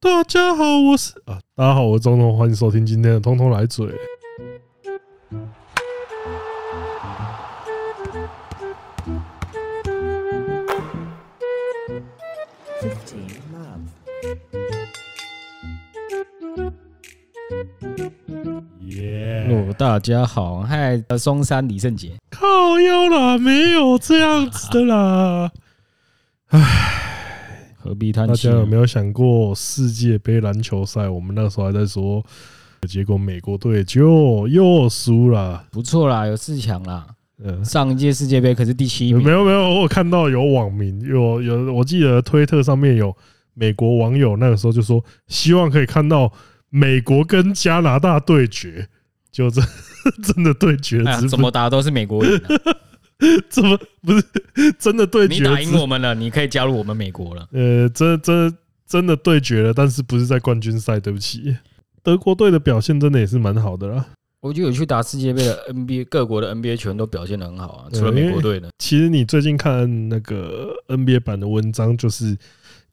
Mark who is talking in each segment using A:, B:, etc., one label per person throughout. A: 大家好，我是啊，大家好，我是钟彤，欢迎收听今天的《通通来嘴》。
B: 15 love.
A: 耶，
C: 哦，大家好，嗨，呃松山李圣杰，
A: 靠腰啦，没有这样子的啦。
C: 何必叹
A: 大
C: 气
A: 家
C: 呢？
A: 有没有想过世界杯篮球赛？我们那时候还在说，结果美国队就又输了。
C: 不错啦，有四强啦。
A: 嗯，
C: 上一届世界杯可是第七
A: 没
C: 名，
A: 有没有，我有看到有网民有有，我记得推特上面有美国网友那个时候就说，希望可以看到美国跟加拿大对决，就真 真的对决，
C: 哎呀
A: 只，
C: 怎么打都是美 国人啊、
A: 怎么不是真的对
C: 你
A: 决？
C: 打赢我们了，你可以加入我们美国了。
A: 呃，真真真的对决了，但是不是在冠军赛？对不起，德国队的表现真的也是蛮好的啦。
C: 我就有去打世界杯的 NBA，各国的 NBA 球员都表现的很好啊，除了
A: 对
C: 美国队呢。
A: 其实你最近看那个 NBA 版的文章，就是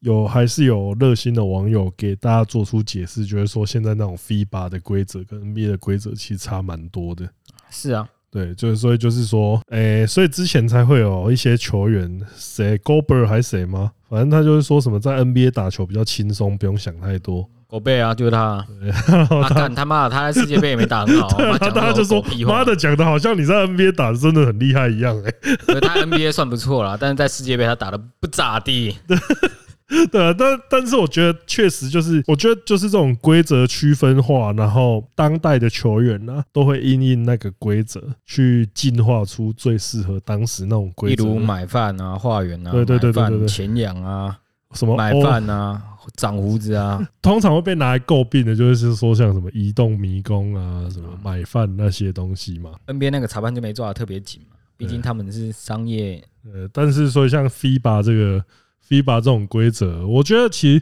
A: 有还是有热心的网友给大家做出解释，就是说现在那种 FIBA 的规则跟 NBA 的规则其实差蛮多的。
C: 是啊，
A: 对，就是所以就是说，诶、所以之前才会有一些球员，谁 Gober 还是谁吗？反正他就是说什么在 NBA 打球比较轻松，不用想太多。
C: 狗贝啊，就是他啊，
A: 然后
C: 他
A: 他
C: 干他妈的，他在世界杯也没打很好
A: 哎 对啊，
C: 啊，
A: 他
C: 讲那
A: 他
C: 种
A: 就说
C: 狗屁：“话
A: 妈的，，讲的好像你在 NBA 打的真的很厉害一样。”哎，
C: 对他 NBA 算不错啦，但是在世界杯他打的不咋地。
A: 对啊，但但是我觉得确实就是，我觉得就是这种规则区分化，然后当代的球员呢、都会因应那个规则去进化出最适合当时那种
C: 例
A: 规则，
C: 如买饭啊、化缘啊、
A: 对对对对对对
C: 买饭前仰啊、
A: 什么
C: 买
A: 欧
C: 饭啊、长胡子 啊，
A: 通常会被拿来诟病的就是说像什么移动迷宫啊、什么买饭那些东西嘛。
C: NBA 那个裁判就没抓的特别紧嘛，毕竟他们是商业，
A: 呃，但是所以像 FIBA 这个 FIBA 这种规则，我觉得其实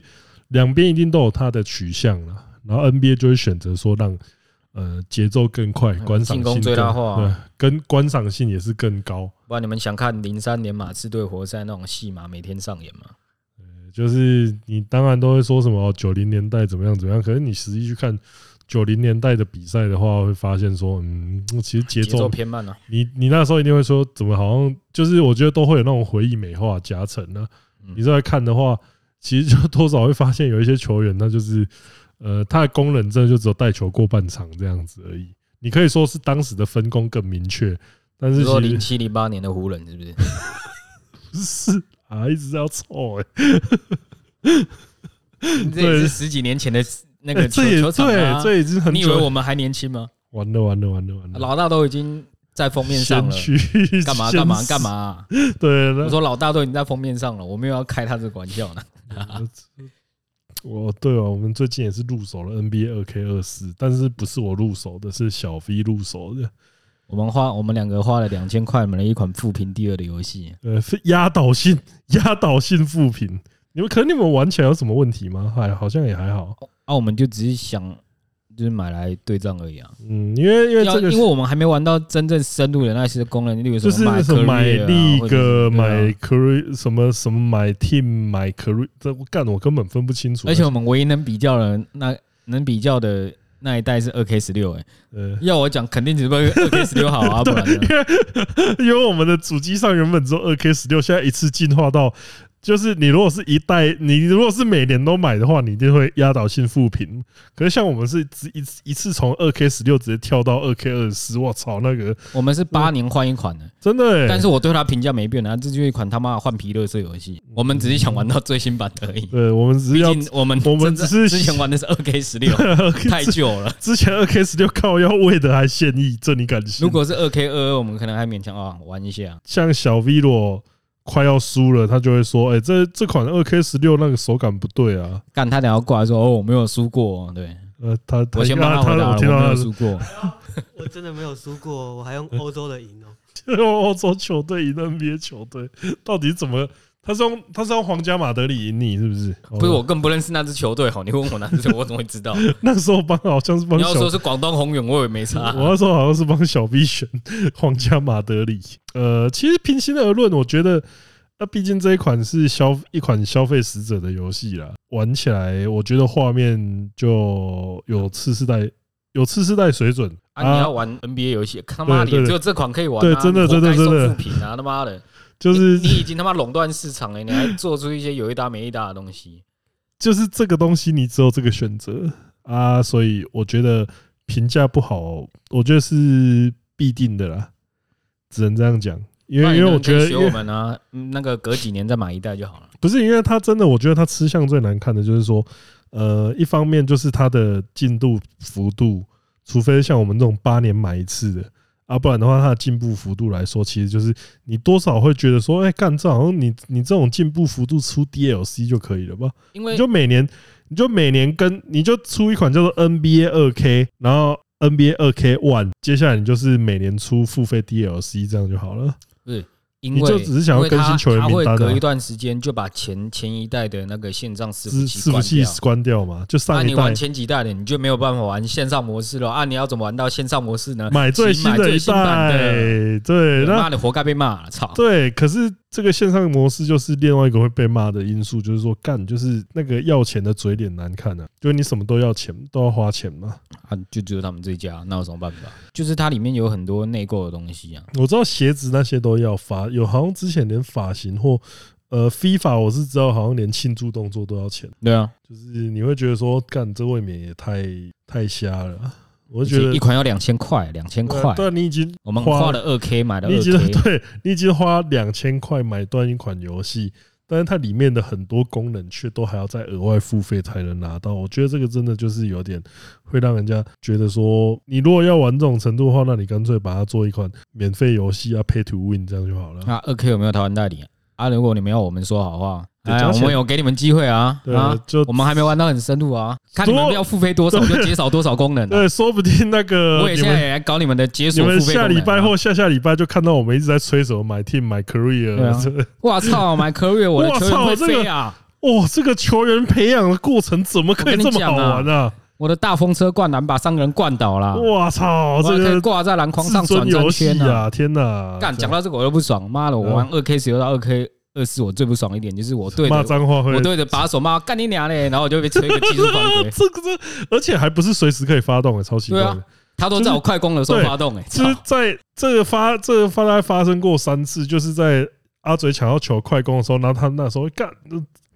A: 两边一定都有它的取向啦。然后 NBA 就会选择说让呃节奏更快，观赏
C: 嗯
A: 性
C: 进攻最大
A: 更
C: 化啊
A: 对，跟观赏性也是更高。
C: 不然你们想看零三年马刺对活塞那种戏码每天上演吗？
A: 呃就是你当然都会说什么哦九零年代怎么样怎么样，可是你实际去看九零年代的比赛的话，会发现说，嗯，其实节
C: 节奏
A: 奏
C: 偏慢啊，
A: 你你那时候一定会说，怎么好像就是我觉得都会有那种回忆美化加成呢、
C: 嗯
A: 啊你再来看的话，其实就多少会发现有一些球员，那就是呃，他的功能真的就只有带球过半场这样子而已。你可以说是当时的分工更明确，但
C: 你
A: 是
C: 说
A: 其
C: 零
A: 实
C: 七零八年的湖人是不是？
A: 不是啊，一直在要凑哎、
C: 这也是十几年前的那
A: 欸
C: 个 球
A: 这也
C: 球场啊
A: 对，。这已经很
C: 你以为
A: 久
C: 我们还年轻吗？
A: 完了完了完了完了，
C: 老大都已经在封面上
A: 先
C: 了，
A: 去
C: 干嘛
A: 先
C: 干嘛
A: 死
C: 干嘛啊？
A: 对，
C: 我
A: 那
C: 说老大都已经在封面上了，我没有要开他这个玩笑呢。
A: 我对哦，我们最近也是入手了 NBA 二 K 二四，但是不是我入手的，是小 V 入手的。
C: 我们花我们两个花了两千块买了一款富平第二的游戏，
A: 呃，是压倒性 压倒性负评。你们可能你们玩起来有什么问题吗？还好像也还好。
C: 啊，我们就只是想就是买来对战而已啊。
A: 嗯，因为因为
C: 要
A: 这个
C: 因为我们还没玩到真正深入的那些功能，例如什
A: 就
C: 么
A: 是
C: 买
A: 那种买
C: career 啊
A: 力
C: 或者
A: 个
C: 是
A: 买
C: 对啊
A: career 什么什么买 team 买 career，这我干我根本分不清楚。
C: 而且我们唯一能比较的那能比较的那一代是二 K 十六，哎，
A: 呃，
C: 要我讲肯定只不过二 K 十六好 啊，不然呢
A: 因为我们的主机上原本只有二 K 十六，现在一次进化到，就是你如果是一代，你如果是每年都买的话，你一定会压倒性负评。可是像我们是只一次一次从二 K 十六直接跳到二 K 二十，我操，那个
C: 我们是八年换一款的，
A: 真的、欸，
C: 但是我对它评价没变啊，这就是一款他妈的换皮乐色游戏，我们只是想玩到最新版而已。
A: 对我们嗯 只是
C: 毕
A: 要
C: 竟我们
A: 我们
C: 真正
A: 只是
C: 之前 玩的是二 K 十六，太旧了。
A: 之前二 K 十六靠要为的还现役，这你敢信？
C: 如果是二 K 二二，我们可能还勉强啊玩一下。
A: 像小 V 罗快要输了，他就会说：“哎、这这款二 K 十六那个手感不对啊。
C: 干他等下过来说哦，我没有输过哦，对”
A: 呃，他他
C: 我先帮
A: 他
C: 他回答
A: 我
C: 了，
A: 听
C: 我没
A: 到
C: 有
A: 他
C: 输过。
D: 我真的没有输过哦，我还用欧洲的赢哦。
A: 欧洲球队赢 NBA 球队，到底怎么？他是用他是用皇家马德里赢你是不是？
C: 不是我
A: 哦，
C: 更不认识那支球队哈，你问我那支球队，我怎么会 知道？你
A: 那时候帮好像是帮
C: 要
A: 小，
C: 说是啊广东宏远，我也没差。
A: 我那时候好像是帮小 B 选 皇家马德里。呃，其实平心而论，我觉得那毕竟这一款是消一款消费死者的游戏啦，玩起来，我觉得画面就有次世代有次世代水准
C: 啊！你要玩 NBA 游戏，看他妈的，
A: 对对
C: 只有这款可以玩啊，
A: 对真的
C: 你活
A: 真
C: 该
A: 的
C: 受
A: 真的
C: 负评啊！他妈的，
A: 就是
C: 你你已经他妈垄断市场了，你还做出一些有一搭没一搭的东西。
A: 就是这个东西，你只有这个选择啊，所以我觉得评价不好，我觉得是必定的啦，只能这样讲。因
C: 那
A: 为
C: 你
A: 因为我
C: 们可
A: 觉
C: 以
A: 得，
C: 学
A: 因
C: 我
A: 为
C: 们啊，嗯那个隔几年再买一代就好了。
A: 不是因为它真的，我觉得它吃相最难看的就是说，呃，一方面就是它的进度幅度，除非像我们这种八年买一次的啊，不然的话，它的进步幅度来说，其实就是你多少会觉得说，哎，干这好像你你这种进步幅度出 DLC 就可以了吧？
C: 因为
A: 你就每年，你就每年跟你就出一款叫做 NBA 二 K，然后 NBA 二 K One，接下来你就是每年出付费 DLC，这样就好了。
C: 因
A: 你
C: 为
A: 就只是想要更新球员
C: 因为
A: 名
C: 它
A: 单
C: 它会隔一
A: 啊，
C: 段时间就把前前一代的那个线上伺服
A: 伺
C: 器
A: 伺服
C: 关
A: 器
C: 掉。
A: 关掉嘛，就
C: 那、
A: 上
C: 啊你
A: 一代
C: 玩前几代的，你就没有办法玩线上模式了啊！你要怎么玩到线上模式呢？
A: 买最新
C: 买
A: 的一
C: 最新版的，
A: 代，对，那
C: 妈的活该被骂了，操！
A: 对，可是这个线上模式就是另外一个会被骂的因素，就是说干就是那个要钱的嘴脸难看啊，就是你什么都要钱，都要花钱嘛。
C: 啊，就只有他们这一家，那有什么办法？就是它里面有很多内购的东西啊，
A: 我知道鞋子那些都要发，有好像之前连发型或呃 FIFA，我是知道好像连庆祝动作都要钱，
C: 对啊，
A: 就是你会觉得说干这未免也太太瞎了，我
C: 而
A: 就觉
C: 且
A: 得
C: 一款要两千块，两千
A: 对
C: 块
A: 啊，对啊你已经
C: 我们
A: 花
C: 花了二 K 买了
A: 你已
C: 二
A: 经
C: K，
A: 对你已经花两千块买断一款游戏，但是它里面的很多功能却都还要再额外付费才能拿到。我觉得这个真的就是有点会让人家觉得说，你如果要玩这种程度的话，那你干脆把它做一款免费游戏啊，pay to win 这样就好了。
C: 那二 K 有没有台湾代理啊？啊，如果你们要我们说好话，
A: 对
C: 哎，
A: 加
C: 我
A: 钱
C: 们有给你们机会啊
A: 对
C: 啊！
A: 就
C: 我们还没玩到很深入啊，看你们
A: 说
C: 要付费多少就减少多少功能啊、
A: 对，说不定那个
C: 我也
A: 你
C: 现在
A: 们
C: 也来搞你们的解
A: 你
C: 锁
A: 们
C: 付费功能
A: 下
C: 啊
A: 礼拜或下下礼拜就看到我们一直在吹什么买 team 买 career，
C: 对啊
A: 这
C: 哇操，买科瑞我的
A: 哇
C: 球员
A: 操
C: 会
A: 这个
C: 飞啊！
A: 哇，这个球员培养的过程怎么可以
C: 我跟你
A: 这么
C: 讲
A: 好
C: 啊
A: 玩啊？
C: 我的大风车灌篮把三个人灌倒了，
A: 我操，
C: 我
A: 这
C: 还可以
A: 个
C: 挂在篮筐上
A: 至
C: 转
A: 尊游
C: 三
A: 戏
C: 圈啊！
A: 啊！天哪，
C: 干，讲
A: 到
C: 到这个我都不爽，妈的，我玩
A: 嗯
C: 二 K 十六到二 K 二四，我最不爽一点就是我对
A: 骂
C: 着
A: 脏话会，。
C: 我对着把手骂干你娘嘞，然后我就被吹个技术犯 规
A: 这个这，而且还不是随时可以发动的，欸超奇怪
C: 对
A: 的
C: 啊。他都在我快攻的时候
A: 就是
C: 发动，哎，
A: 就是
C: 操
A: 在这个发这个发大概发生过三次，就是在阿嘴抢到球快攻的时候，然后他那时候干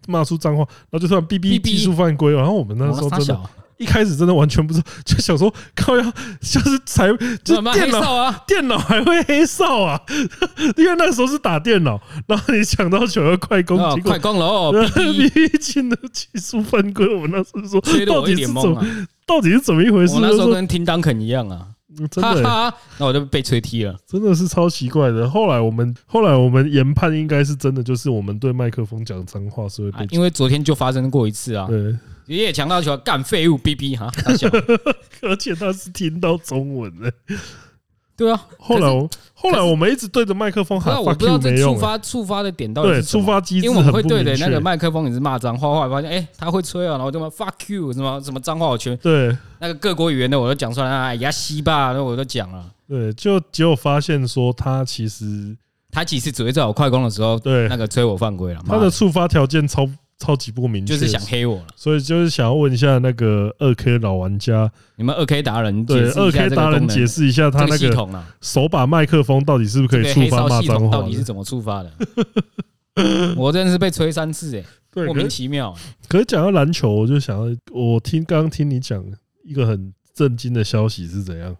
A: 骂出脏话，然后就突然哔
C: 哔
A: 哔
C: 哔
A: 技术犯规，然后我们那时候
C: 我傻
A: 真的
C: 小，啊
A: 一开始真的完全不知道，就想说靠呀，就是才就
C: 怎么
A: 电
C: 黑
A: 脑
C: 哨啊？
A: 电脑还会黑哨啊， 因为那时候是打电脑，然后你抢到球要快攻，
C: 哦
A: 结果
C: 快攻 了哦，哔哔
A: 你进的技术犯规，我们那时候说
C: 吹得
A: 到
C: 我一
A: 底是
C: 脸
A: 怎
C: 懵
A: 么，
C: 啊！
A: 到底是怎么一回事？
C: 我那时候
A: 就是
C: 跟听当肯一样啊，
A: 说真
C: 哈
A: 的欸
C: 哈，那我就被吹踢了。啊
A: 真的是超奇怪的。后来我们后来我们研判应该是真的，就是我们对麦克风讲脏话是会
C: 啊
A: 被
C: 因为昨天就发生过一次啊，
A: 对，
C: 爷爷强到球干废物逼逼 哈，大小
A: 而且他是听到中文的。
C: 对 啊。
A: 后来
C: 可是
A: 我后来我们一直对着麦克风喊
C: 那我不
A: “fuck
C: 知道
A: you”
C: 这
A: 没
C: 触
A: 用欸，
C: 发触发的点到底
A: 对，
C: 是什么
A: 触发机
C: 因
A: 制
C: 为我
A: 很
C: 们
A: 不
C: 会对着
A: 明
C: 那个
A: 确。
C: 麦克风也是骂脏话，后来发现哎、他会吹啊，然后就骂 fuck you 什么什么脏话，我全
A: 对
C: 那个各国语言的我都讲出来啊，哎呀西吧，那我都讲了。
A: 对，就结果发现说他其实
C: 他其实只会在我快攻的时候
A: 对
C: 那个吹我犯规了，
A: 他
C: 妈
A: 的触发条件超超级不明确，
C: 就是想黑我了。
A: 所以就是想要问一下那个二 K 老玩家，
C: 你们二 K 达人解
A: 对
C: 释
A: 二
C: 一下
A: K
C: 这个
A: 达
C: 功
A: 人
C: 能
A: 解释一下他
C: 这
A: 那
C: 个系
A: 个
C: 统啊，
A: 手把麦克风到底是不是可
C: 这
A: 以
C: 个
A: 触
C: 黑
A: 发
C: 哨
A: 骂
C: 系
A: 脏
C: 统
A: 话
C: 到底是
A: 的？
C: 怎么触发的？ 我真的是被吹三次哎、
A: 对，
C: 莫
A: 可
C: 名
A: 是
C: 其妙、欸。
A: 可是讲到篮球，我就想要，我听刚刚听你讲一个很震惊的消息是怎样？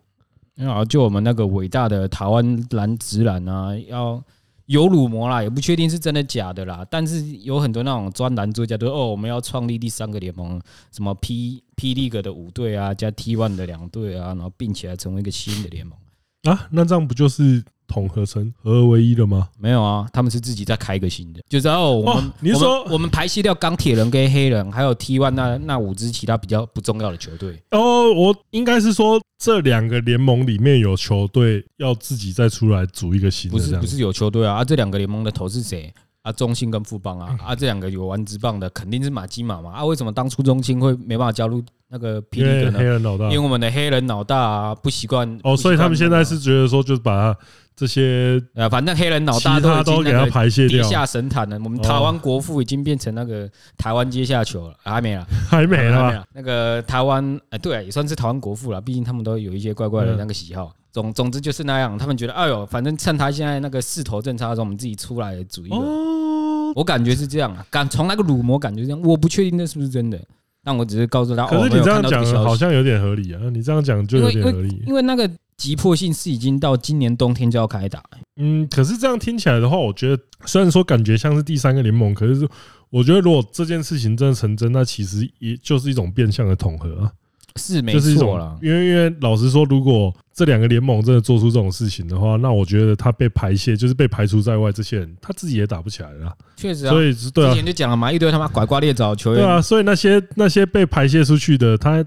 C: 然后啊就我们那个伟大的台湾男直男啊，要有乳膜啦，也不确定是真的假的啦。但是有很多那种专栏作家都说哦，我们要创立第三个联盟，什么 P P League 的五队啊，加 T One 的两队啊，然后并起来成为一个新的联盟。
A: 啊，那这样不就是统合成合二为一了吗？
C: 没有啊，他们是自己再开一个新的，就是哦，我们、
A: 哦你是说
C: 我们我们排泄掉钢铁人跟黑人，还有 T One 那那五支其他比较不重要的球队，
A: 哦，我应该是说这两个联盟里面有球队要自己再出来组一个新的，
C: 不
A: 这
C: 是
A: 样
C: 不是有球队啊啊，这两个联盟的头是谁啊？中信跟富邦
A: 嗯
C: 啊啊，这两个有玩直棒的肯定是马基马嘛啊，为什么当初中信会没办法加入那个霹
A: 因
C: 雳
A: 为黑
C: 的呢？
A: 人老大
C: 因为我们的黑人老大啊不习惯
A: 哦，所以他们现在是
C: 不习
A: 觉得说，就是把它这些
C: 呃，反正黑人老
A: 其
C: 大
A: 他
C: 都
A: 都
C: 已
A: 给
C: 经
A: 他
C: 那个
A: 排泄
C: 跌
A: 掉，
C: 下神坛了。我们台湾国父已经变成那个台湾阶下囚了，啊还没了，
A: 还哦 没
C: 还没
A: 啦。
C: 了。那个台湾，哎，对啊，也算是台湾国父了，毕竟他们都有一些怪怪
A: 嗯
C: 的那个喜好。总总之就是那样，他们觉得，哎呦，反正趁他现在那个势头正差的时候，我们自己出来组一个。
A: 哦，
C: 我感觉是这样啊，感从那个乳膜感觉这样，我不确定那是不是真的，但我只是告诉他，
A: 可
C: 哦
A: 是
C: 我
A: 你
C: 有
A: 这
C: 看
A: 样
C: 到这
A: 讲
C: 个消
A: 好
C: 息，
A: 像有点合理啊，你这样讲就有点合理。
C: 因为那个急迫性是已经到今年冬天就要开打，
A: 嗯，可是这样听起来的话，我觉得虽然说感觉像是第三个联盟，可是我觉得如果这件事情真的成真，那其实也就是一种变相的统合啊，
C: 是没
A: 就是一
C: 错
A: 种
C: 啦。。
A: 因为因为老实说，如果这两个联盟真的做出这种事情的话，那我觉得他被排泄，就是被排除在外，这些人他自己也打不起来了啊。
C: 确实啊，
A: 所以是对啊
C: 之，前就讲了嘛，一堆他妈拐瓜裂枣球
A: 对
C: 员，
A: 啊，所以那些那些被排泄出去的，他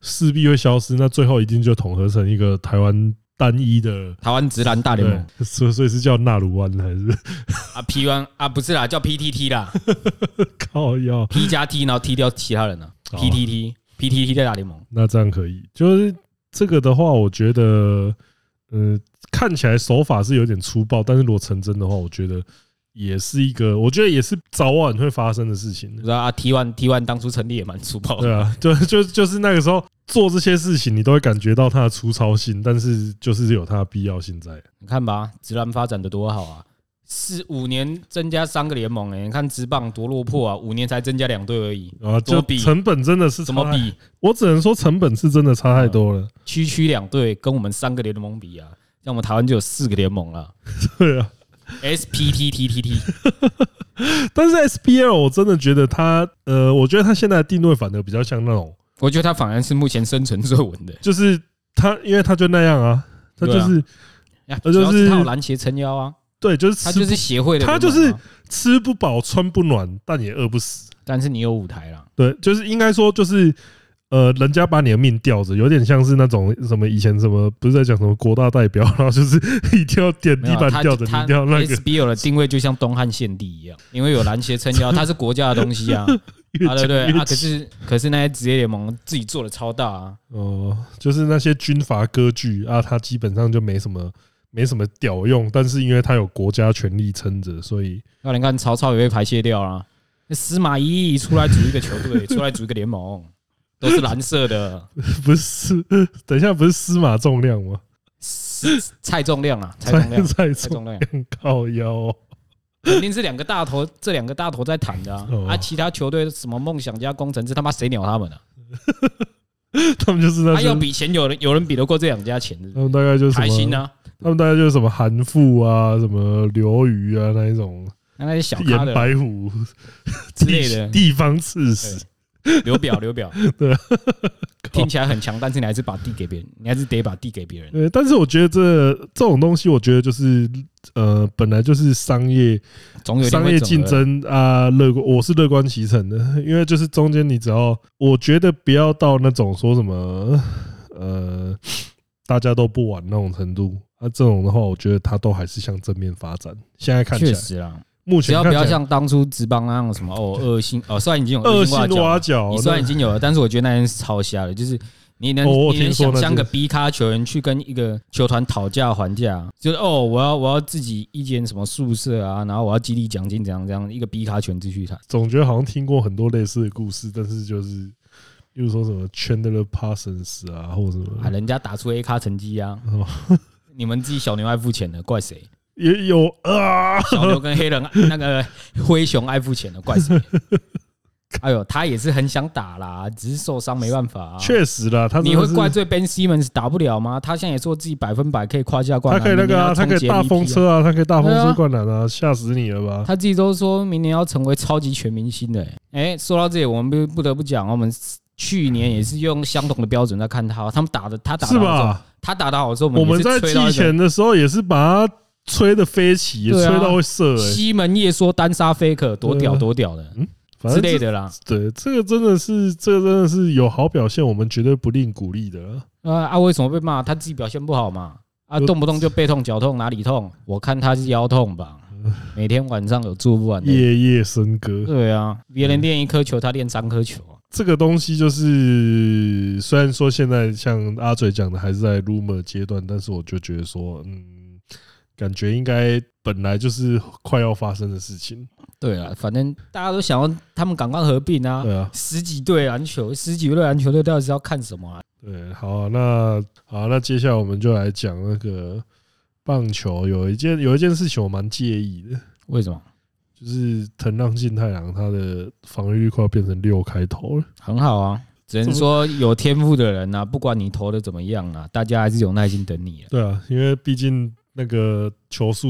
A: 势必会消失，那最后一定就统合成一个台湾单一的。
C: 台湾直男大联盟
A: 对，所以所以是叫纳鲁湾还是
C: 啊，P one 啊，不是啦，叫 PTT 啦
A: 靠腰？
C: ，P 加 T，然后踢掉其他人了
A: 好啊
C: ，PTT，PTT 在大联盟，
A: 那这样可以，就是这个的话，我觉得，呃，看起来手法是有点粗暴，但是如果成真的话，我觉得也是一个，我觉得也是早晚会发生的事情
C: 不。知道啊，T one T one 当初成立也蛮粗暴
A: 对
C: 的，
A: 啊，就就就是那个时候做这些事情，你都会感觉到它的粗糙性，但是就是有它的必要性在。
C: 你看吧，直男发展的多好啊。四五年增加三个联盟哎、你看直棒多落魄啊！五年才增加两队而已，
A: 啊，
C: 怎
A: 就
C: 么比
A: 成本真的是
C: 怎
A: 差
C: 么
A: 太？
C: 比？
A: 我只能说成本是真的差太多 了。
C: 区区两队跟我们三个联盟比啊，像我们台湾就有四个联盟了
A: 对啊，
C: ，SPTTTT。
A: 但是 SBL 我真的觉得它，呃，我觉得它现在的定位反而比较像那种，
C: 我觉得他反而是目前生存最稳的，
A: 就是它，因为它就那样啊，它就是
C: 呀
A: 呃那就是
C: 主要是他有篮协撑腰啊，
A: 对，就是
C: 他
A: 吃
C: 就是
A: 不
C: 协会的联盟
A: 他
C: 啊，
A: 就是吃不饱穿不暖，但也饿不死。
C: 但是你有舞台啦，
A: 对，就是应该说就是。呃，人家把你的命吊着，有点像是那种什么以前什么不是在讲什么国大代表，然后就是 一定要点
C: 没
A: 地
C: 有啊
A: 板
C: 他
A: 吊着，你
C: 他
A: 一定要那个
C: SBL 的定位就像东汉献帝一样，因为有篮协撑腰，它是国家的 东西啊，啊
A: 越
C: 对不对
A: 讲越
C: 啊？可
A: 气
C: 是可是那些职业联盟自己做的超大啊，
A: 哦，就是那些军阀割据啊，它基本上就没什么没什么屌用，但是因为它有国家权力撑着，所以
C: 那你看曹操也被排泄掉啦，那司马懿出来组一个球 队，出来组一个联盟，都是蓝色的，
A: 不是等一下不是司马重量吗？
C: 蔡仲亮 啊，蔡仲亮，
A: 蔡
C: 蔡
A: 重
C: 仲亮。
A: 靠腰哦、
C: 肯定是两个大头，这两个大头在谈的啊
A: 哦！
C: 啊，其他球队什么梦想家、工程师，他妈谁鸟他们啊？
A: 他们就是那
C: 他
A: 些，
C: 要比钱，有人有人比得过这两家钱是
A: 他
C: 不是
A: 们大概就是什
C: 开心
A: 么，
C: 啊！
A: 他们大概就是什么韩馥啊，什么刘瑜啊那一种
C: 那那些小咖
A: 颜
C: 的
A: 白虎
C: 之类的，
A: 地方刺史，
C: 刘表刘表，
A: 对，啊
C: 听起来很强，但是你还是把地给别人，你还是得把地给别人。
A: 对，但是我觉得这这种东西，我觉得就是呃，本来就是商业
C: 总有一天
A: 商
C: 会
A: 业
C: 整
A: 竞
C: 合，
A: 争啊，乐观，我是乐观其成的， 因为就是中间你只要，我觉得不要到那种说什么呃，大家都不玩那种程度。啊，这种的话，我觉得它都还是向正面发展。现在看起
C: 确
A: 来，
C: 实啦，
A: 目
C: 只
A: 前
C: 要
A: 看
C: 不
A: 起
C: 要
A: 来
C: 像当初职棒那样什 么哦恶性哦，虽然已经有
A: 恶
C: 性
A: 性
C: 挖
A: 挖
C: 角，
A: 角，
C: 你虽然已经有了，但是我觉得那件事超瞎的，就是你能、
A: 哦我有
C: 你能
A: 听说
C: 想
A: 那
C: 象个
A: 件
C: B 咖球员去跟一个球团讨价还价，就是哦，我要我要自己一间什么宿舍啊，然后我要激励奖金怎样怎样，一个 B 咖球员继续谈，
A: 总觉得好像听过很多类似的故事，但是就是，例如说什么 Chandler Parsons 啊，或者什
C: 啊，
A: 么，
C: 人家打出 A 咖成绩啊
A: 哦，
C: 你们自己小牛爱付钱的，怪谁？
A: 也有啊，
C: 小牛跟黑人那个灰熊爱付钱的，怪谁？哎呦，他也是很想打啦，只是受伤没办法、啊。
A: 确实啦，他真
C: 你
A: 的
C: 会
A: 是
C: 怪罪 Ben Simmons 打不了吗？他现在也说自己百分百可以夸下冠
A: 他
C: 篮，
A: 可以那个啊，他
C: 明
A: 可
C: 年要冲
A: 以大
C: 击 MVP
A: 风
C: 啊
A: 车啊，他可以大风
C: 对
A: 车
C: 啊
A: 灌篮啊，吓死你了吧？
C: 他自己都说明年要成为超级全明星的、欸。哎、说到这里，我们不不得不讲，我们去年也是用相同的标准在看他，他们打的他打的
A: 是吧？
C: 他打的好的时候，
A: 我
C: 们
A: 们
C: 也
A: 在
C: 是吹到
A: 季
C: 一个
A: 前的时候也是把它吹的飞起，也
C: 对
A: 吹
C: 啊
A: 到会射欸，
C: 西门夜说单杀 faker 多屌
A: 对啊
C: 多屌的
A: 反
C: 之
A: 正这
C: 类的啦。
A: 对，这个真的是，这个真的是有好表现，我们绝对不吝鼓励的啦。
C: 啊啊，为什么被骂？他自己表现不好嘛？啊，
A: 就
C: 动不动就背痛脚痛哪里痛？我看他是腰 痛吧，每天晚上有做不完的。
A: 夜嗯夜笙歌，
C: 对啊，别人练一颗球，他练三颗球啊。
A: 这个东西就是，虽然说现在像阿嘴讲的还是在 rumor 阶段，但是我就觉得说，嗯，感觉应该本来就是快要发生的事情。
C: 对啊，反正大家都想要他们赶快合并啊。
A: 对啊，
C: 十几队篮球，十几队篮球队到底是要看什么啊？
A: 对，好啊、那好啊、那接下来我们就来讲那个棒球，有一件有一件事情我蛮介意的，
C: 为什么？
A: 就是藤浪晋太郎他的防御率快要变成六开头了。
C: 很好啊，只能说有天赋的人啊，不管你投的怎么样啊，大家还是有耐心等你啊。
A: 对啊，因为毕竟那个球速、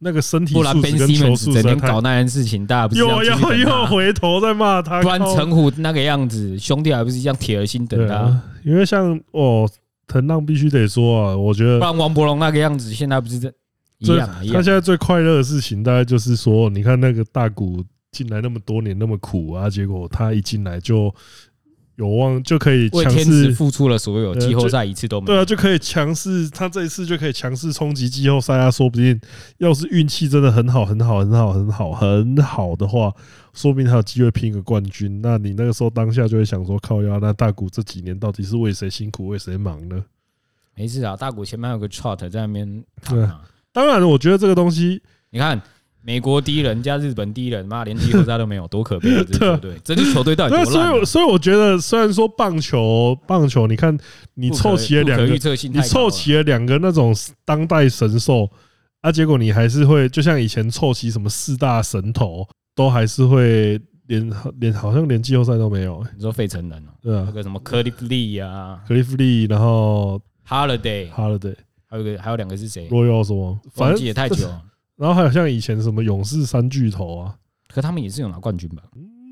A: 那个身体
C: 不然
A: 素
C: Ben
A: 质跟球
C: Simmons
A: 速
C: 整
A: 实在
C: 天
A: 太
C: 搞那件事情，大家不是
A: 又
C: 要继续
A: 又
C: 等
A: 又
C: 他
A: 回头再骂他，
C: 不然
A: 靠
C: 陈虎那个样子，兄弟还不是一样铁了心等
A: 对
C: 他？
A: 啊，因为像哦，藤浪必须得说啊，我觉得
C: 不然王伯龙那个样子，现在不是这一
A: 最
C: 样啊一
A: 他
C: 样
A: 现。在最快乐的事情，大概就是说，你看那个大谷进来那么多年那么苦啊，结果他一进来就有望就可以
C: 为
A: 强
C: 天使
A: 势。
C: 付出了所有，
A: 呃
C: 季后赛一次都没
A: 对
C: 有
A: 啊，。就可以强势，他这一次就可以强势冲击季后赛啊！说不定要是运气真的很好、很好、很好、很好、很好的话，说不定还有机会拼个冠军。那你那个时候当下就会想说，靠呀，那大谷这几年到底是为谁辛苦、为谁忙呢？
C: 没事啊，大谷前面有个 Trot 在那边躺
A: 对
C: 啊
A: 啊。当然，我觉得这个东西，
C: 你看美国第一人加日本第一人，妈连季后赛都没有，多可悲啊！这支球队，这支球队到底
A: 那
C: 多
A: 所
C: 烂
A: 以
C: 啊
A: 我？所以我觉得，虽然说棒球，棒球，你看你
C: 不可
A: 凑齐了两
C: 不可
A: 个
C: 预，测性
A: 你
C: 太高了，啊
A: 凑齐了两个那种当代神兽，啊，结果你还是会就像以前凑齐什么四大神头，都还是会连连好像连季后赛都没有、欸
C: 你说费城人哦，
A: 对
C: 那
A: 啊，
C: 个什么科利弗利啊
A: 克利夫利，然后
C: ，Holiday，
A: 哈勒德、
C: 还有一个还有两个是谁？
A: 罗耀什么，
C: 忘
A: 反
C: 记
A: 正
C: 也太久了，
A: 然后还有像以前什么勇士三巨头啊，
C: 可他们也是有拿冠军吧？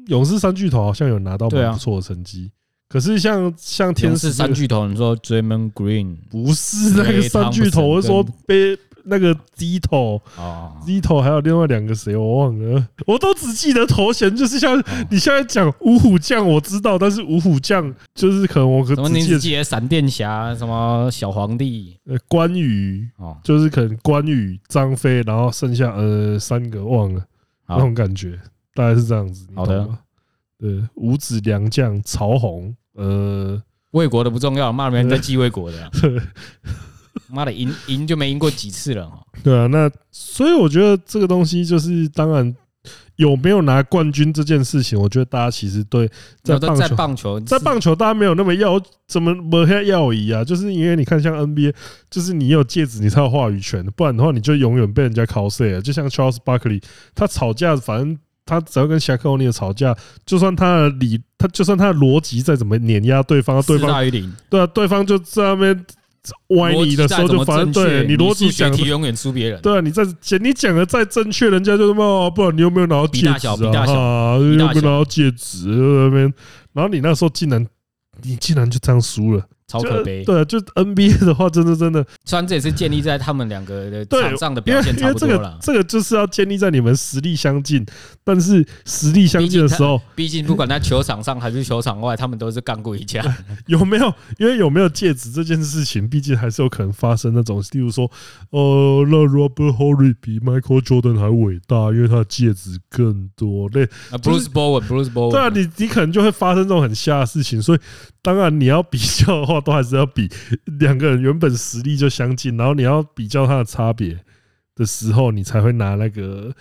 A: 勇士三巨头好像有拿到
C: 对啊
A: 蛮不错的成绩，可是像像天
C: 勇
A: 使
C: 士
A: 这个
C: 三巨头，你说 Draymond Green
A: 不是那个三巨头，我是说背那个低头
C: 哦，
A: 低头还有另外两个谁我忘了，我都只记得头衔，就是像
C: 哦
A: 你现在讲五虎将我知道，但是五虎将就是可能我可
C: 什么
A: 只
C: 林
A: 记
C: 志
A: 得
C: 杰、闪电侠、什么小皇帝
A: 呃关羽，
C: 哦，
A: 就是可能关羽、张飞，然后剩下呃三个忘了
C: 好
A: 那种感觉，大概是这样子。你
C: 好的
A: 懂吗，对，五子良将曹洪，呃，
C: 魏国的不重要，骂别人在记魏 国的啊，妈的赢赢就没赢过几次了哦。
A: 对啊，那所以我觉得这个东西就是，当然有没有拿冠军这件事情，我觉得大家其实对在
C: 在
A: 棒
C: 在
A: 球。
C: 棒球，
A: 在棒球，大家没有那么要怎么没那么要疑啊？就是因为你看，像 NBA，就是你有戒指，你才有话语权，不然的话，你就永远被人家 cos 啊。就像 Charles Barkley，他吵架，反正他只要跟 Shaq O'Neal 吵架，就算他的理，他就算他的逻辑再怎么碾压对方，对
C: 四
A: 方
C: 大于零，
A: 对啊，对方就在那边歪
C: 逻
A: 你
C: 辑
A: 的时
C: 再
A: 候，
C: 怎
A: 就
C: 么
A: 反正
C: 正
A: 对
C: 确，
A: 你逻辑
C: 数学
A: 讲的
C: 题永远输别人，
A: 对啊，你再讲你讲的再正确，人家就他妈、哦不然你有没有拿到戒
C: 比
A: 指
C: 大
A: 啊？
C: 小比大小
A: 啊
C: 比
A: 有没
C: 大
A: 有
C: 小
A: 拿到戒指呃那边？然后你那时候竟然，你竟然就这样输了，
C: 超
A: 就
C: 可悲。
A: 对啊，就 NBA 的话，真的真的，
C: 虽然这也是建立在他们两个的
A: 对
C: 场上的
A: 因为
C: 表现
A: 因
C: 差
A: 为
C: 不
A: 这
C: 多
A: 个
C: 了，
A: 这个就是要建立在你们实力相近，但是实力相近的时候
C: 毕竟不管在球场上还是球场外，他们都是干过一 架。
A: 有没有？因为有没有戒指这件事情，毕竟还是有可能发生那种，例如说，呃，那 Robert Horry 比 Michael Jordan 还伟大，因为他的戒指更多类
C: 啊 Bruce Bowen，Bruce
A: 对啊，
C: Bowen，
A: 你你可能就会发生这种很瞎的事情，所以当然你要比较的话，都还是要比两个人原本实力就相近，然后你要比较它的差别的时候，你才会拿那个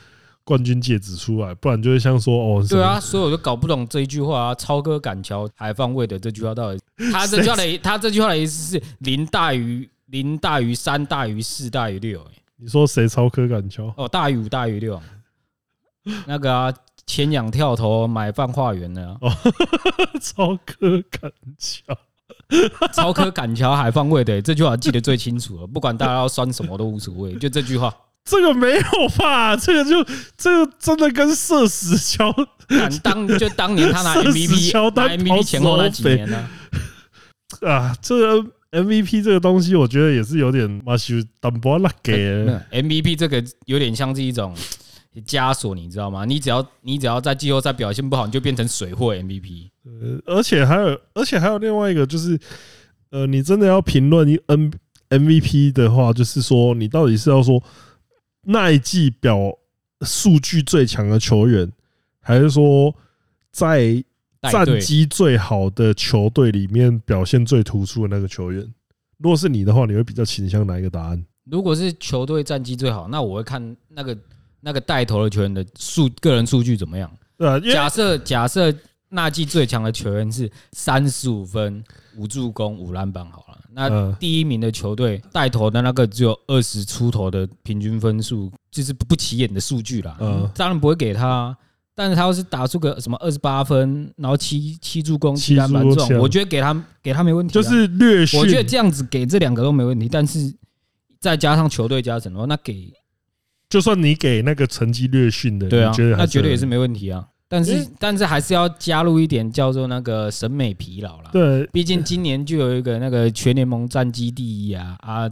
A: 冠军戒指出来，不然就会像说哦，什
C: 对
A: 么
C: 啊，，所以我就搞不懂这一句话啊，超哥赶桥还放位的这句话到底，他这句话的他这句话的意思是零大于零大于三大于四大于六，欸
A: 你说谁超科感球？
C: 哦，大于五大于六，那个啊，前仰跳投买饭化缘的
A: 哦
C: 啊，
A: 超科感球，
C: 超科赶桥还放位的欸这句话记得最清楚啊了，不管大家要酸什么都无所谓，就这句话。
A: 这个没有吧？这个就这个真的跟射死球
C: 敢当就当年 他拿
A: 射死
C: MVP
A: 乔丹
C: 拿 MVP 前后那
A: 跑
C: 几
A: 手
C: 年呢，
A: 啊，这个 MVP 这个东西，我觉得也是有点马修淡薄拉 给。
C: 那 MVP 这个有点像是一种枷锁，你知道吗？你只要你只要在季后赛表现不好，你就变成水货 MVP。
A: 呃，而且还有，而且还有另外一个就是，呃，你真的要评论一 N MVP 的话，就是说你到底是要说那一季表数据最强的球员，还是说在
C: 带
A: 战
C: 队
A: 绩最好的球队里面表现最突出的那个球员？如果是你的话，你会比较倾向哪一个答案？
C: 如果是球队战绩最好，那我会看那个那个带头的球员的数个人数据怎么样。
A: 对啊，因为
C: 假设假设那季最强的球员是三十五分、五助攻、五篮板，好了，那
A: 嗯
C: 第一名的球队带头的那个只有二十出头的平均分数，就是不不起眼的数据啦
A: 嗯，
C: 当然不会给他啊。但是他要是打出个什么二十八分，然后七七助攻、
A: 嗯七
C: 七篮板
A: 助
C: 这
A: 攻
C: 种
A: 七，篮
C: 我觉得给他给他没问题啊。
A: 就是略逊
C: 我，觉得这样子给这两个都没问题，但是再加上球队加成的话，那给
A: 就算你给那个成绩略逊的，
C: 对啊
A: 你觉得，还
C: 那绝对也是
A: 有
C: 没问题啊。但
A: 因
C: 是
A: 为
C: 但是还是要加入一点叫做那个审美疲劳啦。
A: 对
C: 毕竟今年就有一个那个全联盟战绩第一啊啊，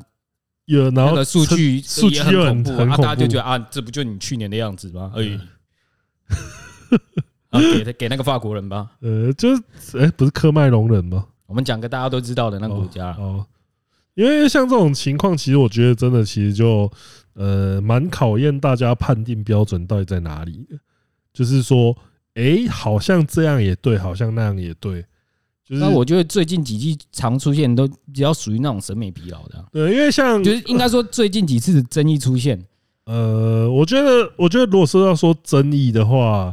A: 有，然
C: 那
A: 后
C: 个数
A: 成
C: 据
A: 数据
C: 也
A: 又很
C: 很恐怖
A: 很
C: 啊，啊
A: 恐
C: 大家就
A: 怖
C: 觉得啊，这不就你去年的样子吗？而已。 啊，给他给那个法国人吧，
A: 呃，就是哎，不是科麦隆人吗？
C: 我们讲个大家都知道的那个国家啦。
A: 哦，因为像这种情况，其实我觉得真的其实就呃蛮考验大家判定标准到底在哪里的，就是说，哎，好像这样也对，好像那样也对，就是
C: 那我觉得最近几季常出现都比较属于那种审美疲劳的啊、
A: 对，因为像
C: 就是应该说最近几次的争议出现，
A: 呃，我觉得，我觉得如果是要说争议的话，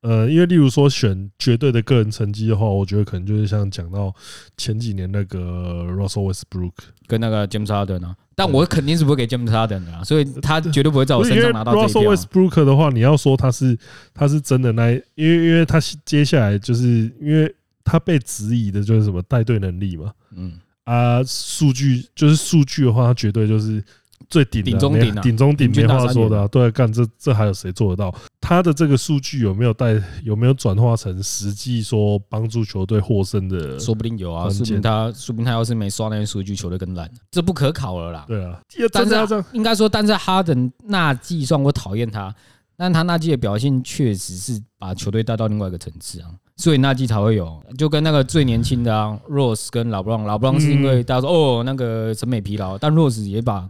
A: 呃，因为例如说选绝对的个人成绩的话，我觉得可能就是像讲到前几年那个 Russell Westbrook，
C: 跟那个 James Harden 啊，但我肯定是不会给 James Harden 的啊，所以他绝对不会在我
A: 不是
C: 身
A: 因为
C: 上拿到这一
A: Russell
C: 票啊。
A: Westbrook 的话，你要说他是他是真的那一，因为因为他接下来就是因为他被质疑的就是什么带队能力嘛，
C: 嗯，
A: 啊，数据就是数据的话，他绝对就是最顶的
C: 顶中
A: 没
C: 顶啊
A: 顶中顶，
C: 平均
A: 没
C: 大
A: 话
C: 三
A: 说
C: 元
A: 的啊、对啊，干这这还有谁做得到？他的这个数据有没有带有没有转化成实际说帮助球队获胜的？
C: 说不定有啊，
A: 关键
C: 说不定他，说不定他要是没刷那些数据，球队更烂，这不可考了啦。
A: 对啊，要
C: 但
A: 真
C: 是
A: 的
C: 啊
A: 要这样，
C: 应该说，但是哈登那季算我讨厌他，但他那季的表现确实是把球队带到另外一个层次啊，所以那季才会有，就跟那个最年轻的啊 Rose 跟老布朗，老布
A: 嗯
C: 朗是因为大家说哦那个审美疲劳，但 Rose 也把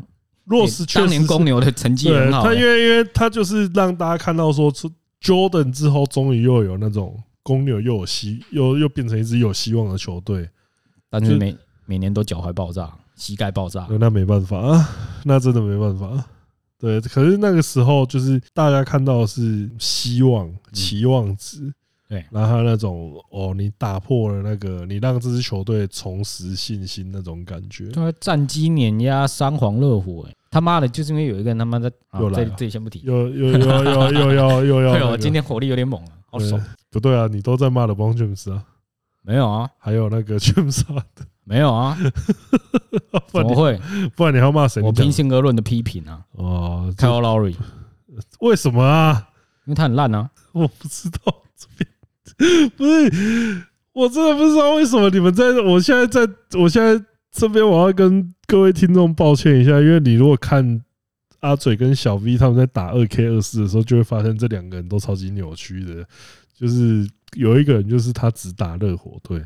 A: 若是确
C: 当
A: 实
C: 年
A: 是
C: 公牛的成绩也
A: 对
C: 很好
A: 他，因
C: 欸
A: 为因为他就是让大家看到说出 Jordan 之后，终于又有那种公牛又有希又又变成一支有希望的球队。
C: 但
A: 就是是
C: 每每年都脚踝爆炸，膝盖爆炸，
A: 呃那没办法啊，那真的没办法。啊对，可是那个时候就是大家看到的是希望、期望值，
C: 嗯对
A: 然后还有那种哦，你打破了那个，你让这支球队重拾信心那种感觉。
C: 他战机碾压三皇热火、欸，他妈的，就是因为有一个他妈的，啊
A: 又来
C: 这
A: 了
C: 这里先不提。
A: 又又又又又又又
C: 哎
A: 要，
C: 呦，今天火力有点猛啊，好爽。
A: 不对啊，你都在骂的 b r o n James 啊，
C: 没有啊，
A: 还有那个 James 啊，
C: 没 有啊，
A: 不
C: 怎
A: 然
C: 么
A: 你
C: 会？
A: 不然你还要骂谁？
C: 我
A: 你讲
C: 平心而论的批评啊
A: 哦，这
C: k y l e Lowry，因
A: 为什么啊？
C: 为他很烂啊。
A: 我不知道这边不是，我真的不知道为什么你们在，我现在在，我现在这边我要跟各位听众抱歉一下，因为你如果看阿嘴跟小 V 他们在打二 K 二四的时候，就会发现这两个人都超级扭曲的，就是有一个人就是他只打热火队。